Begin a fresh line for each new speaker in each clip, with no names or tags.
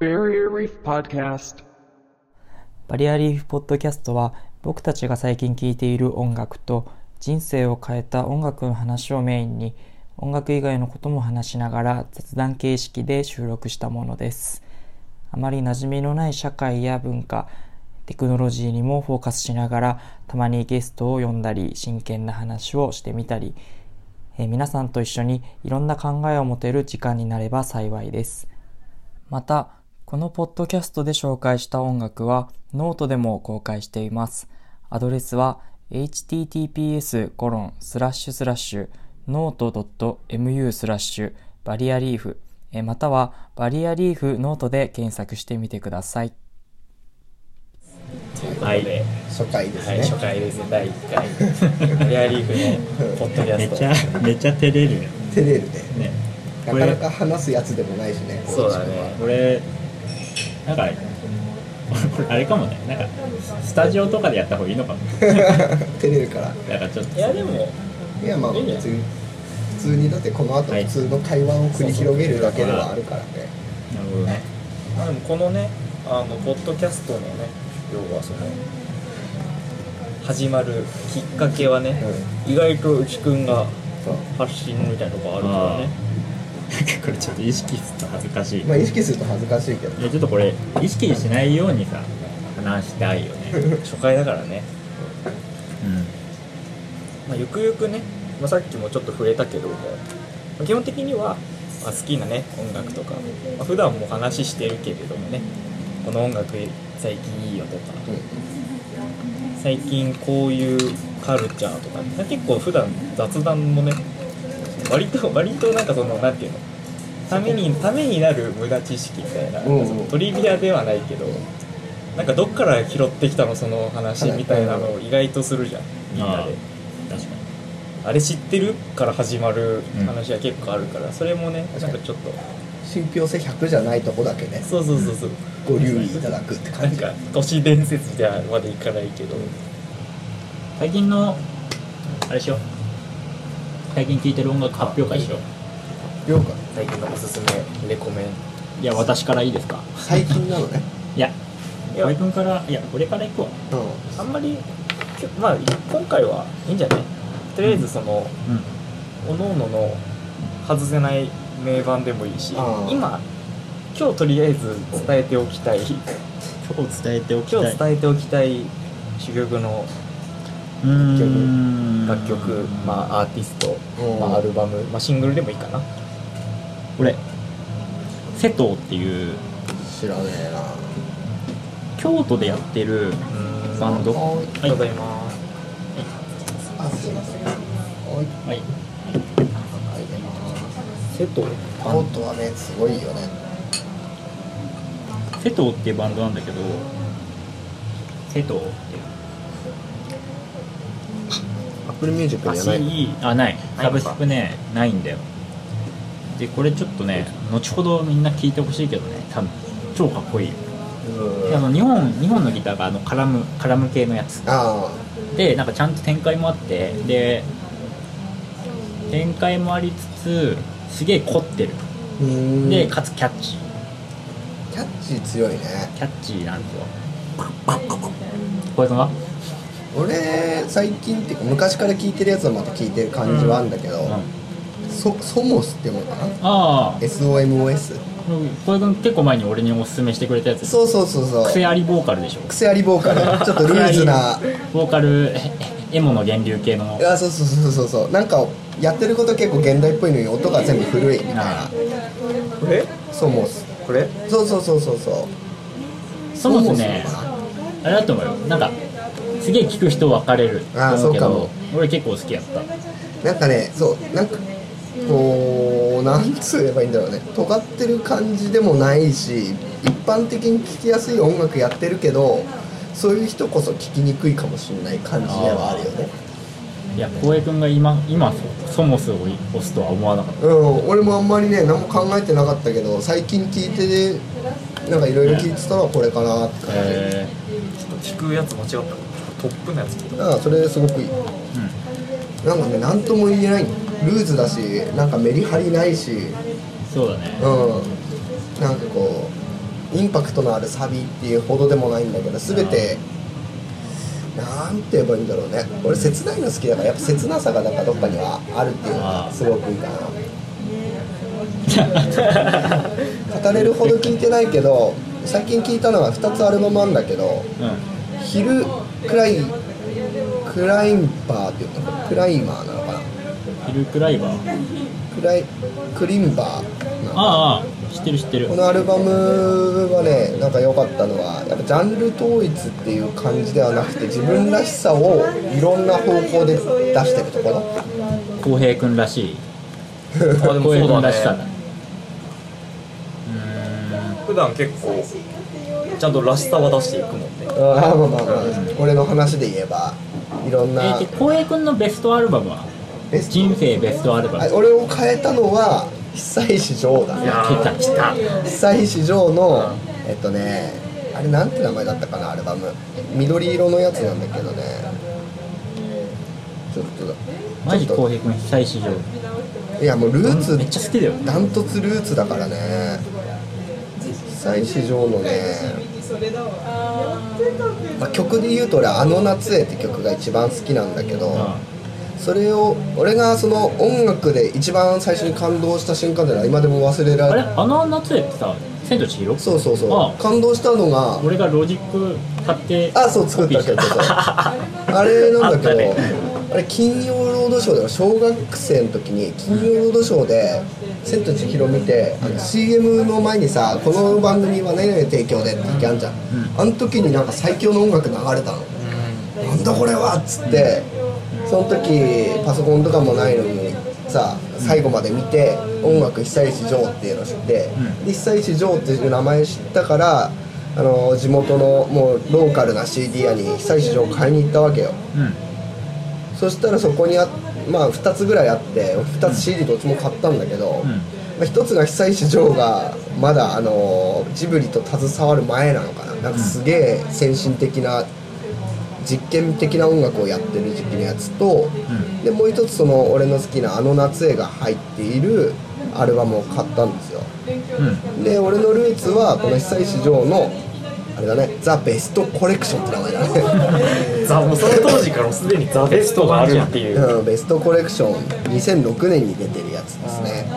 Reef Podcast.
バリアリーフポッドキャストは僕たちが最近聴いている音楽と人生を変えた音楽の話をメインに音楽以外のことも話しながら雑談形式で収録したものです。あまり馴染みのない社会や文化、テクノロジーにもフォーカスしながらたまにゲストを呼んだり真剣な話をしてみたり、えー皆さんと一緒にいろんな考えを持てる時間になれば幸いです。また、このポッドキャストで紹介した音楽はノートでも公開しています。アドレスは https://note.mu スラッシュバリアリーフえーまたはバリアリーフノートで検索してみてください。
ということで、はい
初回ですね、
初回ですね第1回バリアリーフのポッドキャ
め
スト
ちゃめちゃ照れるよ
照れるね
ね
なかなか話すやつでもないしね
そうだね
俺なんかこれあれかもねなんかスタジオとかでやった方がいいのかも
照れるから
なんかちょっと
いやでも
いやまあ
いいんじゃ
別
ない
に普通にだってこの後
は
普
い
通の会話を繰り広げるだけではあるからね、
なるほどね
まあでもこのねあのポッドキャストのね要はその始まるきっかけはね、意外と内くんが
そう
発信みたいなとこあるからね
なんかこれちょっと意識すると恥ずかしい
まあ意識すると恥ずかしいけど
いやちょっとこれ意識しないようにさ話したいよ ね
初回だからね、
う
まあ、ゆくゆくね、まあ、さっきもちょっと触れたけども、まあ基本的には、まあ、好きなね音楽とか、まあ、普段も話してるけれどもねこの音楽最近いいよとか最近こういうカルチャーとかね結構普段雑談もね割と割となんかそのなんていうのためにためになる無駄知識みたいな
うんうん
なんかそのトリビアではないけどなんかどっから拾ってきたのその話みたいなのを意外とするじゃんみんなで。
ん確か
あれ知ってるから始まる話は結構あるから、それもねなんかちょっと
信憑性100じゃないとこだけね
そうそうそうそう
ご留意いただくって
な
感
ん
じ
か都市伝説じゃまでいかないけど、
に最近のあれしよう最近聴いてる音楽発表会しよう
ようか
最近のおすすめレコメン
いや私からいいですか
最近なのね
いや
いや
河合君からいや俺から行くわ
う
あんまりきょまあ今回はいいんじゃないとりあえずその、
うん
各々の外せない名盤でもいいし
あー
今今日とりあえず伝えておきたい
今日伝えておき
今
たい
日伝えておきたい珠玉の
うーん
楽曲、まあ、アーティスト、
うん
まあ、アルバム、まあ、シングルでもいいかな
俺瀬戸っていうん
知らねえな
京都でやってるバンドは
はい
ありがとうございます
あすいませんはい
い
はい出ます
瀬戸
コートはねすごいよね
瀬戸っていうバンドなんだけど瀬戸って
アップルミュージッ
足いいあな
な
い
いのか
サブスクねないんだよでこれちょっとね後ほどみんな聴いてほしいけどね多分超かっこいいよであの日本日本のギターがあの絡む絡む系のやつ
あ
でなんかちゃんと展開もあってで展開もありつつすげえ凝ってる
あうん
で
で
かつキャッチー
キャッチー強いね
キャッチーなんですよこれが
俺最近っていうか昔から聴いてるやつをまた聴いてる感じはあるんだけど、
うんあ
そソモスってものかな
あ
SOMOS
これ君結構前に俺におすすめしてくれたやつ
そうそうそうそう
癖ありボーカルでしょ
癖ありボーカル ちょっとルーズな
ボーカルええエモの源流系の
あそうそうそうそうそうなんかやってること結構現代っぽいのに音が全部古いみたいな
あ
これ
ソモス
これ
そうそうそうそうそう
そもそもね
ソモスのか
あれだと思うよなんかすげえ聞く人分かれると
ああ
思うけ
そう
ど
か
俺結構好きやった
ななんかねそうなんかこうなんつ言えばいいんだろうね尖ってる感じでもないし一般的に聴きやすい音楽やってるけどそういう人こそ聴きにくいかもしれない感じではあるよね
いや光栄君が今今そそもそも押すとは思わなかった
うん、俺もあんまりね何も考えてなかったけど最近聞いてなんかいろいろ聞いてたのはこれかなって感じ、
え
ちょっと聞くやつ間違ったトップのやつ
だからそれすごくいいなんかね何とも言えないルーズだしなんかメリハリないし
ー、そうだね
うんなんかこうインパクトのあるサビっていうほどでもないんだけど全てなんて言えばいいんだろうね俺切ないの好きだからやっぱ切なさがなんかどっかにはあるっていうのがすごくいいかな語れるほど聞いてないけど最近聞いたのは2つアルバムあるんだけど「ヒル・クライクラインバー」っていうのクライマーなのかな
ヒルクライバー
クライクリンバーなの
ああああ知ってる知ってる
このアルバムはねなんか良かったのはやっぱジャンル統一っていう感じではなくて自分らしさをいろんな方向で出してるところ
浩平君らしい
あでも
浩平
そ
君
う
らしさ
だ
だ
ね
う
普段結構ちゃんとらしさは出していくもんね
あーまあまあまあ俺の話で言えばいろん
ーんえ
な
ーで浩平君のベストアルバムは
ベスト
人生ベストアルバム
はい俺を変えたのは久石譲だ
いやー来た来た
久石譲のえっとねあれなんて名前だったかなアルバム緑色のやつなんだけどねちょっとだ
マジ
ちょっと
浩平君久石譲
いやもうルーツ
めっちゃ好きだよね
ダントツルーツだからね久石譲のね、まあ、曲で言うと俺「あの夏へ」って曲が一番好きなんだけどそれを俺がその音楽で一番最初に感動した瞬間ってのは今でも忘れら
あ
れ
れ
ない
あの夏へってさ千と千尋
そうそうそう
あ
感動したのが
俺がロジック買って
あそう作った
コピー
曲
し
そうあれなんだけ
あ
ど
ったね
あれ金曜ロードショーで俺小学生の時に金曜ロードショーで「千と千尋」見てあの CM の前にさ「この番組は何々提供で」って時あんじゃんあの時になんか最強の音楽流れたのなんだこれはっつってその時パソコンとかもないのにさ最後まで見て音楽久石譲っていうのを知って、で久石譲っていう名前知ったからあの地元のもうローカルな CD 屋に久石譲買いに行ったわけよ
たうん
そしたらそこにあまあ2つぐらいあって2つ CD どっちも買ったんだけど、
うん
まあ、1つが久石譲がまだあのジブリと携わる前なのかななんかすげえ先進的な実験的な音楽をやってる時期のやつと、
ん
でもう1つその俺の好きな「あの夏絵」が入っているアルバムを買ったんですよ
うん
で俺のルーツはこの久石譲のあれだね「ザ・ベストコレクション」って名前だね
ザもうその当時からすでにザ・ベストがあるっていう
うん、ベストコレクション2006年に出てるやつですね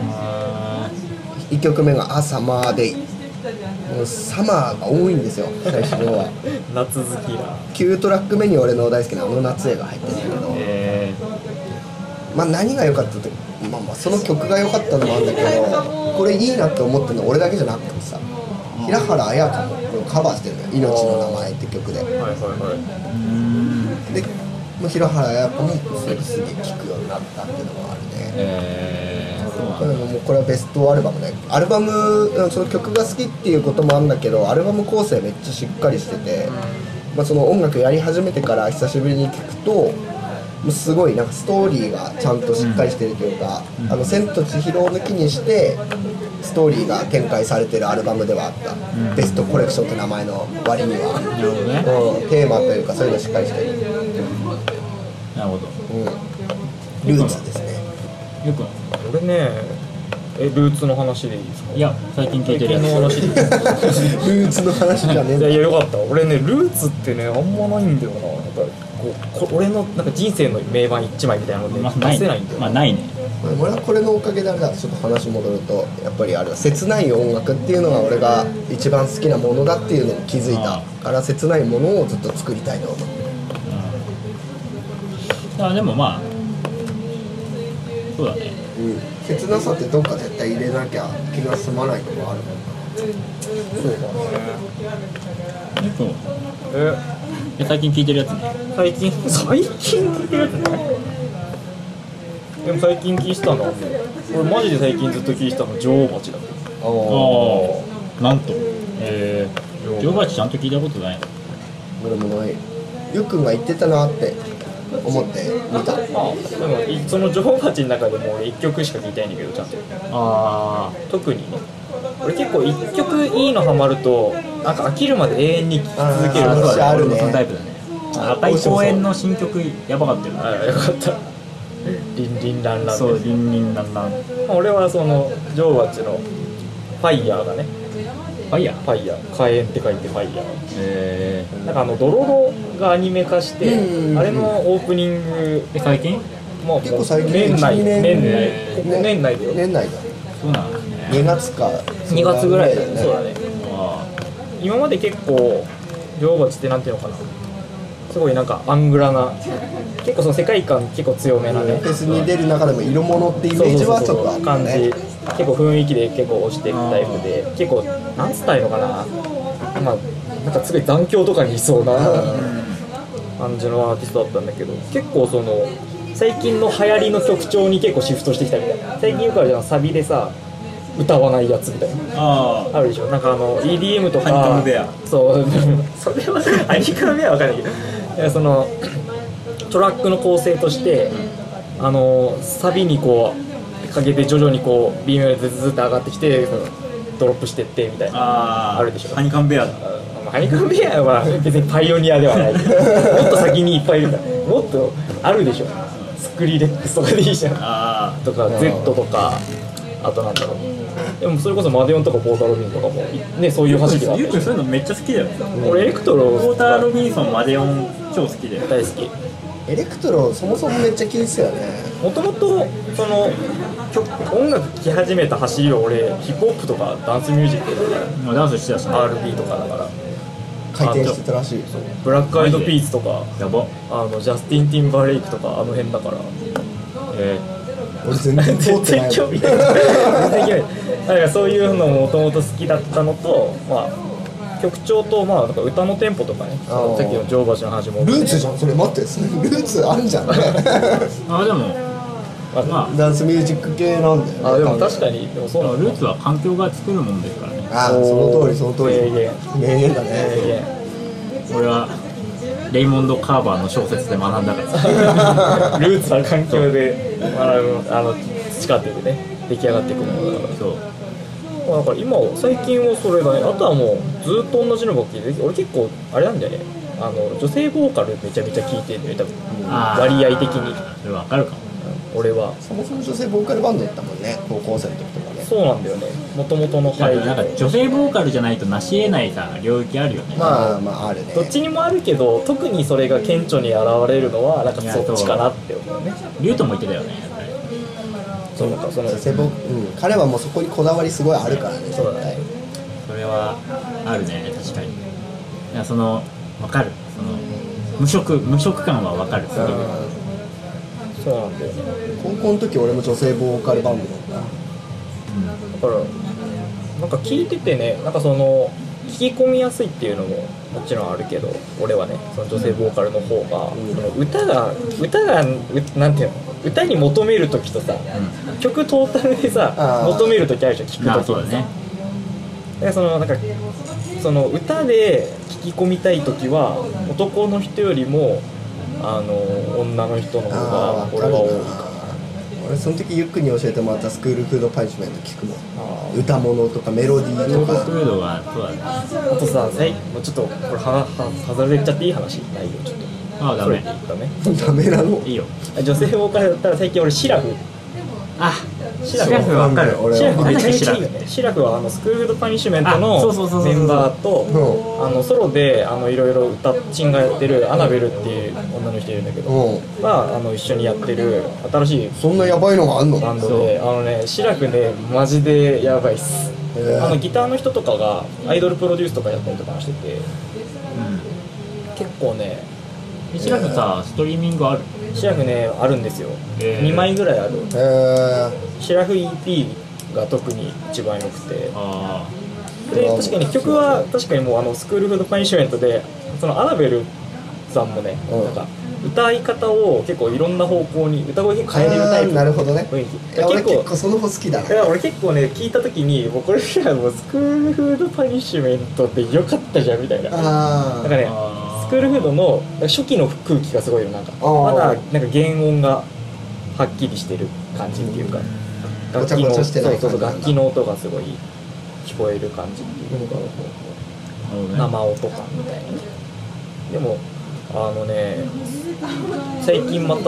1曲目が「あサマーデイ」もうサマーが多いんですよ最初のは
夏好きだ
9トラック目に俺の大好きな「あの夏絵」が入ってるんだけど
え
まあ何が良かったってまあまあその曲が良かったのもあるんだけどこれいいなって思ってるの俺だけじゃなくてさ平原綾香もこれをカバーしてるのよ「命の名前」って曲で
はいはいは
でもう平原綾香もそれすげえ聴くようになったっていうのもあるね
ー、えー、そうなんだ
うんもうこれはベストアルバムねアルバムうんその曲が好きっていうこともあるんだけどアルバム構成めっちゃしっかりしてて、まあ、その音楽やり始めてから久しぶりに聴くともうすごいなんかストーリーがちゃんとしっかりしてるというか「あの千と千尋」を抜きにしてストーリーが展開されてるアルバムではあった、ベストコレクションって名前の割には、
なるほどね
うん、テーマというかそういうのしっかりしてる、
なるほど
うん、ルーツですね
よく
い俺ねえルーツの話でいいですか
いや最近聞いてるやつ
最近の話でいいですか
ルーツの話じゃねえん
い
だ
やいやよかった俺ねルーツってねあんまないんだよななんかこうこ俺のなんか人生の名盤一枚みたいなので
まあな
出
い
せないんだよ
まあ
な、
ないね
まあ俺はこれのおかげであれだちょっと話戻るとやっぱりあれだ切ない音楽っていうのが俺が一番好きなものだっていうのに気づいた
あ
から切ないものをずっと作りたいと思って
あでもまあそうだね
うん切なさってどっか絶対入れなきゃ気が済まないとこあるもんそうだ
よく
え
え最近聞いてるやつね
最近最近聞いてるやつないでも最近聞いてたのはね俺マジで最近ずっと聞いてたの女王蜂だっ
ああなんとえー、女王蜂ちゃんと聞いたことない
俺もないゆっくんが言ってたなって思って見
た
た
まあでもいその女王蜂の中でも俺1曲しか聞いてないんだけどちゃんと
あ
特にね俺結構1曲いいのハマるとなんか飽きるまで永遠に聴き続ける
あー
か
そう
ら
だ
あ
ある
る
ね
ねそのタイプだね赤い公園の新曲やばかったよね
あよかったリンリンランラン
そう
で
リンリンランラン
俺はその女王蜂のファイヤーがね
ファイヤー
ファイヤー火炎って書いてファイヤー
え
なんかあのドロドがアニメ化して、
うん
あれのオープニング
ー、で最近
もう
結構最近
年内
1-2
年
年
内、
ね
ここ年内だよ、
年内だ
そうなんですね
2月か
2月ぐらいだよ
そ
ね
ん
そうだね
あ
今まで結構女王蜂ってなんていうのかなすごいなんかアングラな結構その世界観結構強めなね
フェスに出る中でも色物ってイメージはちょっとあった
感じ
ね
結構雰囲気で結構押していくタイプで結構なんつったらいいのかなまあなんかすごい残響とかにいそうな感じのアーティストだったんだけど結構その最近の流行りの曲調に結構シフトしてきたみたいな最近よくあるじゃんサビでさ歌わないやつみたいな
ーあ
あるでしょなんかあの EDM とか
ハニカムベア
そう それはハニカムベアは分かんないけどいやそのトラックの構成としてあのサビにこうかけて徐々にこうビームがずずずっと上がってきてそのドロップしてってみたいな
あー
あるでしょ
ハニカンベアだ
あのハニカムベアは別にパイオニアではないもっと先にいっぱいいるからもっとあるでしょスクリレックスとかでいいじゃん
あ
とか Z とかあとなんだろうでもそれこそマデオンとかボーターロビンとかもねそういう走りがあ
あ
っ
ゆう
て
くんそういうのめっちゃ好きだよ
俺エレクトロ
ウォーター・ロビンソンマデオン超好きだよ
大好き
エレクトロそもそもめっちゃ聞いてたよね
もともとその曲音楽聴き始めた走りは俺ヒップホップとかダンスミュージックと
もうダンスしてたしね
か RB とかだから
回転してたらしい
ブラックアイドピースとか
やば
あのジャスティン・ティンバーレイクとかあの辺だから
え
俺全然通
全
ってな
然
い
興
もん
味ない全然興味ないだからそういうのももともと好きだったのとまあ曲調とまあなんか歌のテンポとかね
あー
さっきの乗馬車の話も
ルーツじゃんそれ待ってそれルーツあんじゃん
ー、あでも
あ
ま あ
ダンスミュージック系なんだよね
あでも確かにでもそうなの
ルーツは環境が作るもんですからね
ああその通りその通
名
り
言
名言だね
名言
俺はレイモンド・カーバーの小説で学んだか ら
ルーツは環境で学ぶあの培っててね出来上がっていくものだから
そう
まあだから今は最近はそれだねあとはもうずっと同じのばっかりで俺結構あれなんだよねあの女性ボーカルめちゃめちゃ聴いてるのよ多分
あー
割合的に
それわかるかも
俺は
そもそも女性ボーカルバンドだったもんね高校生の時とかね
そうなんだよねもともとの
だ
配
って
慮
なんか女性ボーカルじゃないと成し得ないさ領域あるよね
まあまああるね
どっちにもあるけど特にそれが顕著に現れるのはなんかそっちかなって思うね
リュウトも言ってたよねやっぱり
そうなんかその
女性ボうん彼はもうそこにこだわりすごいあるからね絶
そうだね
対
それはあるね確かにいやそのわかるその無色無色感はわかるすごい
そうなんだよね
高校の時俺も女性ボーカルバンドだっ
だからなんか聞いててねなんかその聞き込みやすいっていうのももちろんあるけど俺はねその女性ボーカルの方が、
うん
その歌が歌がうなんていうの歌に求める時とさ、曲トータルでさ
あー
求める時あるじゃん聞
まあ
く時
そうだ
にさ
ね
でそのなんかその歌で聞き込みたい時は男の人よりもあの女の人の
た
方
ああ
が
分
俺
かるな
は多い
俺その時ゆっくんに教えてもらったスクールフードパニッシュメント聞くもん
あー
歌物とかメロディーと
ロードフ
か
ードはそうだね
あとさ最もうちょっとこれはは外れちゃっていい話ないよちょっと。
ああダ
それ
メ
でいいんだね
ダメなの
いいよ
女性ボーカルだったら最近俺シラフ
あ
シラフ
シわかる
俺
シラフ
は
め
め
ち
っ
ゃ
ちゃ
めちゃいいよ
めちゃいいよ
ね
ね
シラフはあのスクール・ド・パニッシュメント
あそうそうそ
の
うそう
メンバー
う
とあのソロであのいろいろ歌っちんがやってるアナベルっていう女の人いるんだけど
うん
があの一緒にやってる新しい
そんなやばいのがあんの
バンドであのねシラフねマジでやばいっす
へえ
あのギターの人とかがアイドルプロデュースとかやったりとかもしてて結構ね
うんシラフさストリーミングある
シラフねあるんですよ
へえ
2枚ぐらいある
へえ
シラフ EP が特に一番良くて
あ
で確かに曲は確かにもうあのスクールフードパニッシュメントでそのアナベルさんもね、
うん
なんか歌い方を結構いろんな方向に歌声結構変えれるタイプ
なるほどね
雰囲
い
気
や俺
結
結構
構
その子好きだ
い
な
や俺結構ね聞いた時にもうこれらもうスクールフードパニッシュメントでよかったじゃんみたいななんか
ああ
ー
ね
あ
スクールフードの初期の空気がすごいよなんか
あー
まだなんか原音がはっきりしてる感じっていうか
ごちゃ
楽器の
ごち
そ
ゃ
う
してない
そうそう
感じなんだ
楽器の音がすごい聞こえる感じっていうか
ーなるほ
生音感みたいなねでもあのね最近また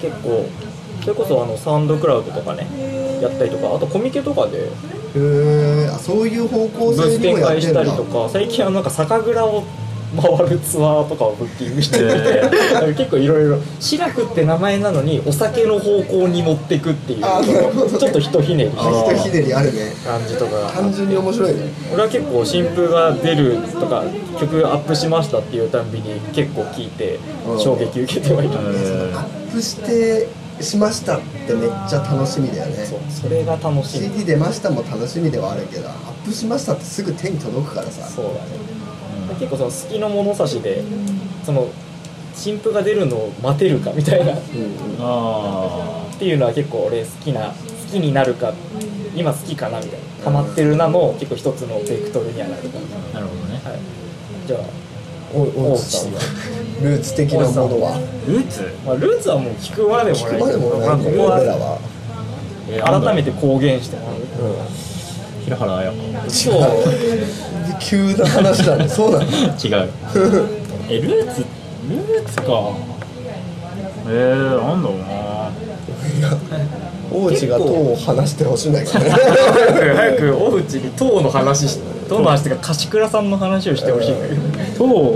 結構それこそあのサウンドクラウドとかねやったりとかあとコミケとかで
へえあそういう方向
ブー
性
ス
にも
展
やっ
開
てん
した
だ
りとか最近はなんか酒蔵を回るツアーとかをブッキング してるみたいな
へ
なんか結構いろいろ「シラフ」って名前なのにお酒の方向に持ってくっていう
あーなるほど
ちょっとひとひねり
あ
ひとひねりあるね
感じとかが
単純に面白いね
俺は結構新譜が出るとか曲アップしましたっていうたんびに結構聞いて
うん
衝撃受けてはいたん
う
で
ん
す
アップしてしましたってめっちゃ楽しみだよね
そうそれが楽しい
CD 出ましたも楽しみではあるけどアップしましたってすぐ手に届くからさ
そうだね結構その好きの物差しでその新譜が出るのを待てるかみたいな
うんうん
あ
っていうのは結構俺好きな好きになるか今好きかなみたいなハマってるなの結構一つのベクトルにはなるか
あなるほどね
な、はい、じゃあ
お
大
お
内さんは、
ルーツ的なものは
ルーツ
まあ、ルーツはもう聞くまでも
聞
ない
くまでも
ま
な
あ
い
こ
ね
こ
俺ら
は
は
えー
改めて公言してもらう
う
平原綾 香
そう
違う急な話だねそうなの
違うえルーツルーツかえー、なんだろうな
大内が塔を話してほしいんだけどね
早く早く大内に唐の話し唐の話っていうか柏倉さんの話をしてほしいんだけど
と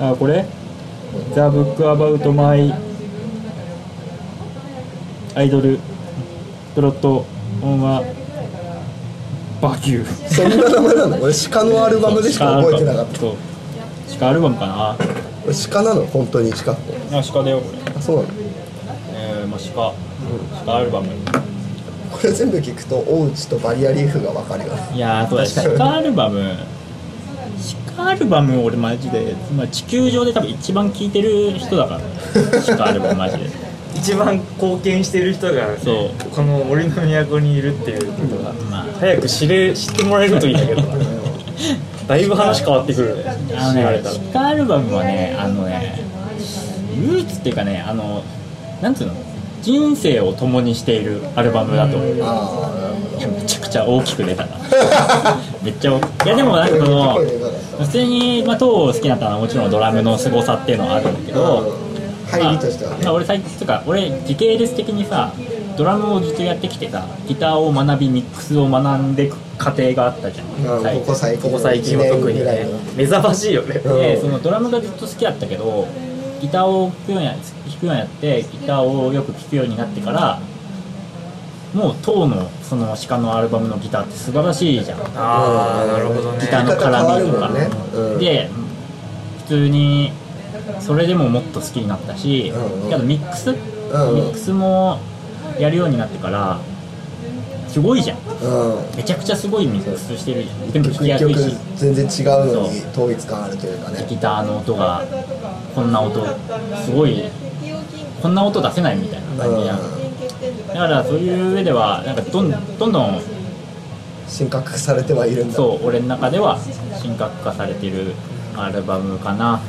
あこれ「The Book About My Idol Plot on a Bagu」
そんな名前なの俺鹿のアルバムでしか覚えてなかった
そう鹿アルバムかな
俺鹿なの本当に鹿って
あ鹿だよこれ
あそうなの
えー、まあ鹿鹿アルバム
これ全部聞くと大内とバリアリーフがわかるよね
いやーそうだね鹿アルバム鹿アルバム俺マジで、まあ、地球上で多分一番聴いてる人だから ね鹿アルバムマジで
一番貢献してる人が
そう
この森の都にいるっていうことが
まあ
早く知れ知ってもらえるといいん だけどなだいぶ話変わってくるね
あの
知られ
ね
たら、
ヒカアルバムはね、あのね、ルーツっていうかね、あの、なんつうの、人生を共にしているアルバムだと思う。いや
あ
めちゃくちゃ大きく出たな。 めっちゃ大きい。いや、でもなんかその、普通に、まあ、当好きだったのはもちろんドラムの凄さっていうのはあるんだけど、
あ入りとしてはね
まあ、俺最近とか俺時系列的にさドラムをずっとやってきてさギターを学びミックスを学んでく過程があったじゃん、
うんここ最近
ここ最近は特にね目覚ましいよね
うん
でそのドラムがずっと好きだったけどギターを弾くようにな弾くようになってギターをよく聴くようになってからもう当のその鹿のアルバムのギターって素晴らしいじゃん
ああなるほど
ギ
ね
ターの絡みとか、
弾き方変わるもんねうん
で普通にそれでももっと好きになったし、
うんうん
けどミックス、
ん
ミックスもやるようになってからすごいじゃん
うん
めちゃくちゃすごいミックスしてるじゃんでも弾きや
結
す
局
いし
全然違うのに統一感あるというかね
ギターの音がこんな音すごいこんな音出せないみたいな感じじゃん、
うん
だからそういう上ではなんかどんどんどん
深刻されてはいるんだ
そう俺の中では神格化されてるアルバムかな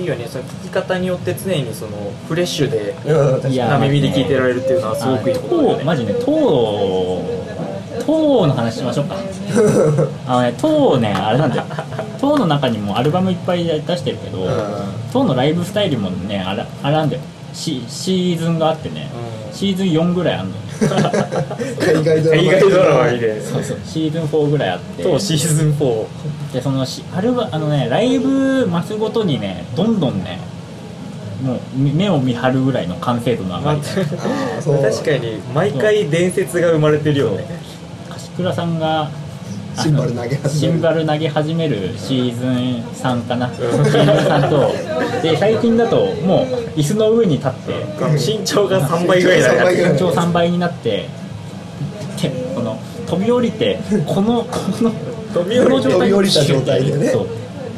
い
いよねその聞き方によって常にそのフレッシュで
うん
いや
な耳で聞いてられるっていうのはすごくいいことだよ
あ
ね
マジね塔塔の話しましょう かあのね塔ねあれなんだよ塔の中にもアルバムいっぱい出してるけど、
う
当のライブスタイルもねあらあれなんだよシシーズンがあってね、
うん
シーズン4ぐらいあるの よ
海外ドラマ
海外ドラマにね
そうそうシーズン4ぐらいあって
当シーズン4
でそのしアルバあのねライブ増すごとにねどんどんねもうみ目を見張るぐらいの完成度の上がりで
ああそう
確かに毎回伝説が生まれてるよね
柏倉さんがあの
シンバル投げ始める
シンバル投げ始めるシーズン3かなシーズン3とで最近だともう椅子の上に立って
身長が3倍ぐらいだ
身長が三倍ぐ
ね
らい
身長3倍になってでこの飛び降りてこのこの
飛び降り
この
飛び降りた状態でね
そう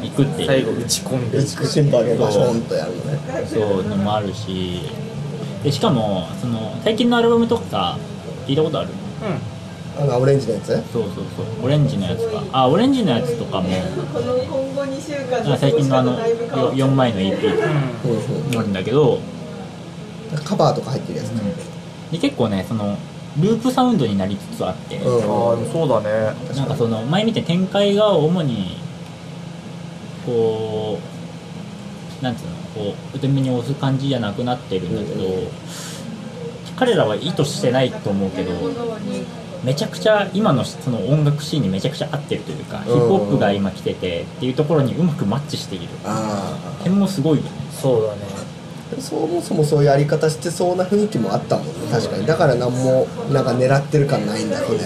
行くってい
最
う
後打ち込んで
美しくシンバルがバションとやるのね
そうのもあるしでしかもその最近のアルバムとかさ聞いたことある
あのオレンジのやつ
そうそうそうオレンジのやつかあオレンジのやつとかも
この今後2週間
あ最近のあのよ4枚の EP
うんうん
なんだけど、
カバーとか入ってるやつ
で結構ねそのループサウンドになりつつあって、
うん
ああそうだね
なんかその前見て展開が主にこうなんつうのこう腕目に押す感じじゃなくなってるんだけど、
うん
彼らは意図してないと思うけどめちゃくちゃ今のその音楽シーンにめちゃくちゃ合ってるというか、
ん
ヒップホップが今来ててっていうところにうまくマッチしている
あ
点もすごいよね
そうだね
あそもそもそういうやり方してそうな雰囲気もあったもんね確かにだから何もなんか狙ってる感ないんだろうね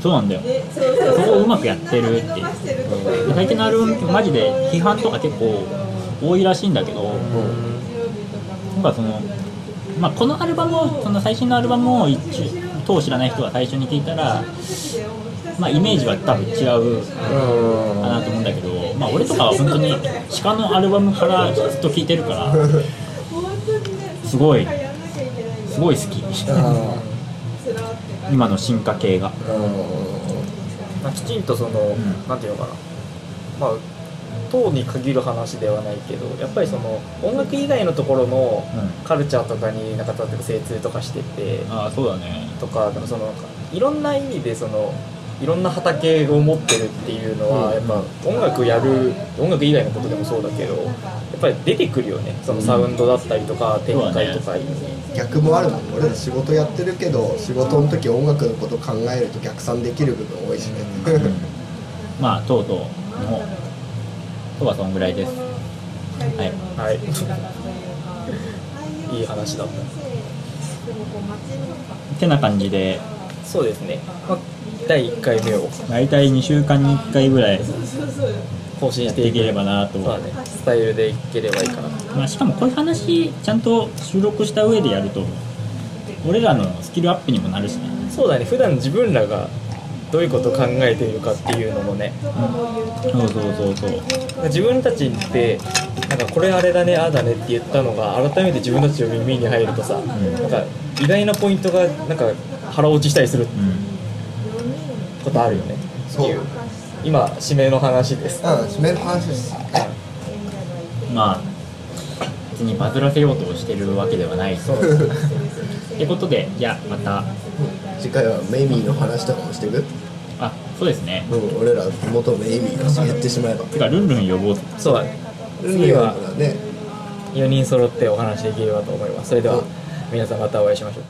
そうなんだよ
ねそうそう
そ
そ
こを
う
うまくやってるっていう
う
で最近のアルバムってマジで批判とか結構多いらしいんだけど、
うん
なんかその、まあ、このアルバムをその最新のアルバムを一当知らない人が最初に聞いたら、まあ、イメージは多分違うかなと思うんだけど、まあ、俺とかは本当に鹿のアルバムからずっと聴いてるからすごいすごい好き
あ
今の進化系
あ
が
うん
まあ、きちんとその、
ん
なんていうのかなまあ党に限る話ではないけどやっぱりその音楽以外のところの
うん
カルチャーとかになんか例えば精通とかしてて
ああそうだね
とかでもそのいろんな意味でそのいろんな畑を持ってるっていうのは、
うん
やっぱ音楽やる音楽以外のことでもそうだけどやっぱり出てくるよねそのサウンドだったりとか、展開とかに、
逆もあるもん俺仕事やってるけど仕事の時音楽のこと考えると逆算できる部分多いしね、
まあとうとうのとはそんぐらいですはい
はい いい話だった
てな感じで
そうですね、まあ、第1回目を
大体2週間に1回ぐらい
更新
や
し
ってて
い
い
け
けれ
れば
ばなと
そうだねスタイルでいければいいかな
まあ、しかもこういう話ちゃんと収録した上でやると俺らのスキルアップにもなるしね
そうだね普段自分らがどういうことを考えているかっていうのもね
そうそうそうそう
自分たちってなんかこれあれだねああだねって言ったのが改めて自分たちの耳に入るとさ、なんか意外なポイントがなんか腹落ちしたりする
うん
ことあるよねって
そう
いううん今指名の話です
締める話です
まあ別にバズらせようとしてるわけではないそうってことでじゃあまた
次回はメイミーの話とかもしていく
あそうですね
うん俺ら元メイミーが知ってしまえば
てかルンルン呼ぼう
そうだね
次はね
4人揃ってお話できればと思いますそれでは皆さんまたお会いしましょう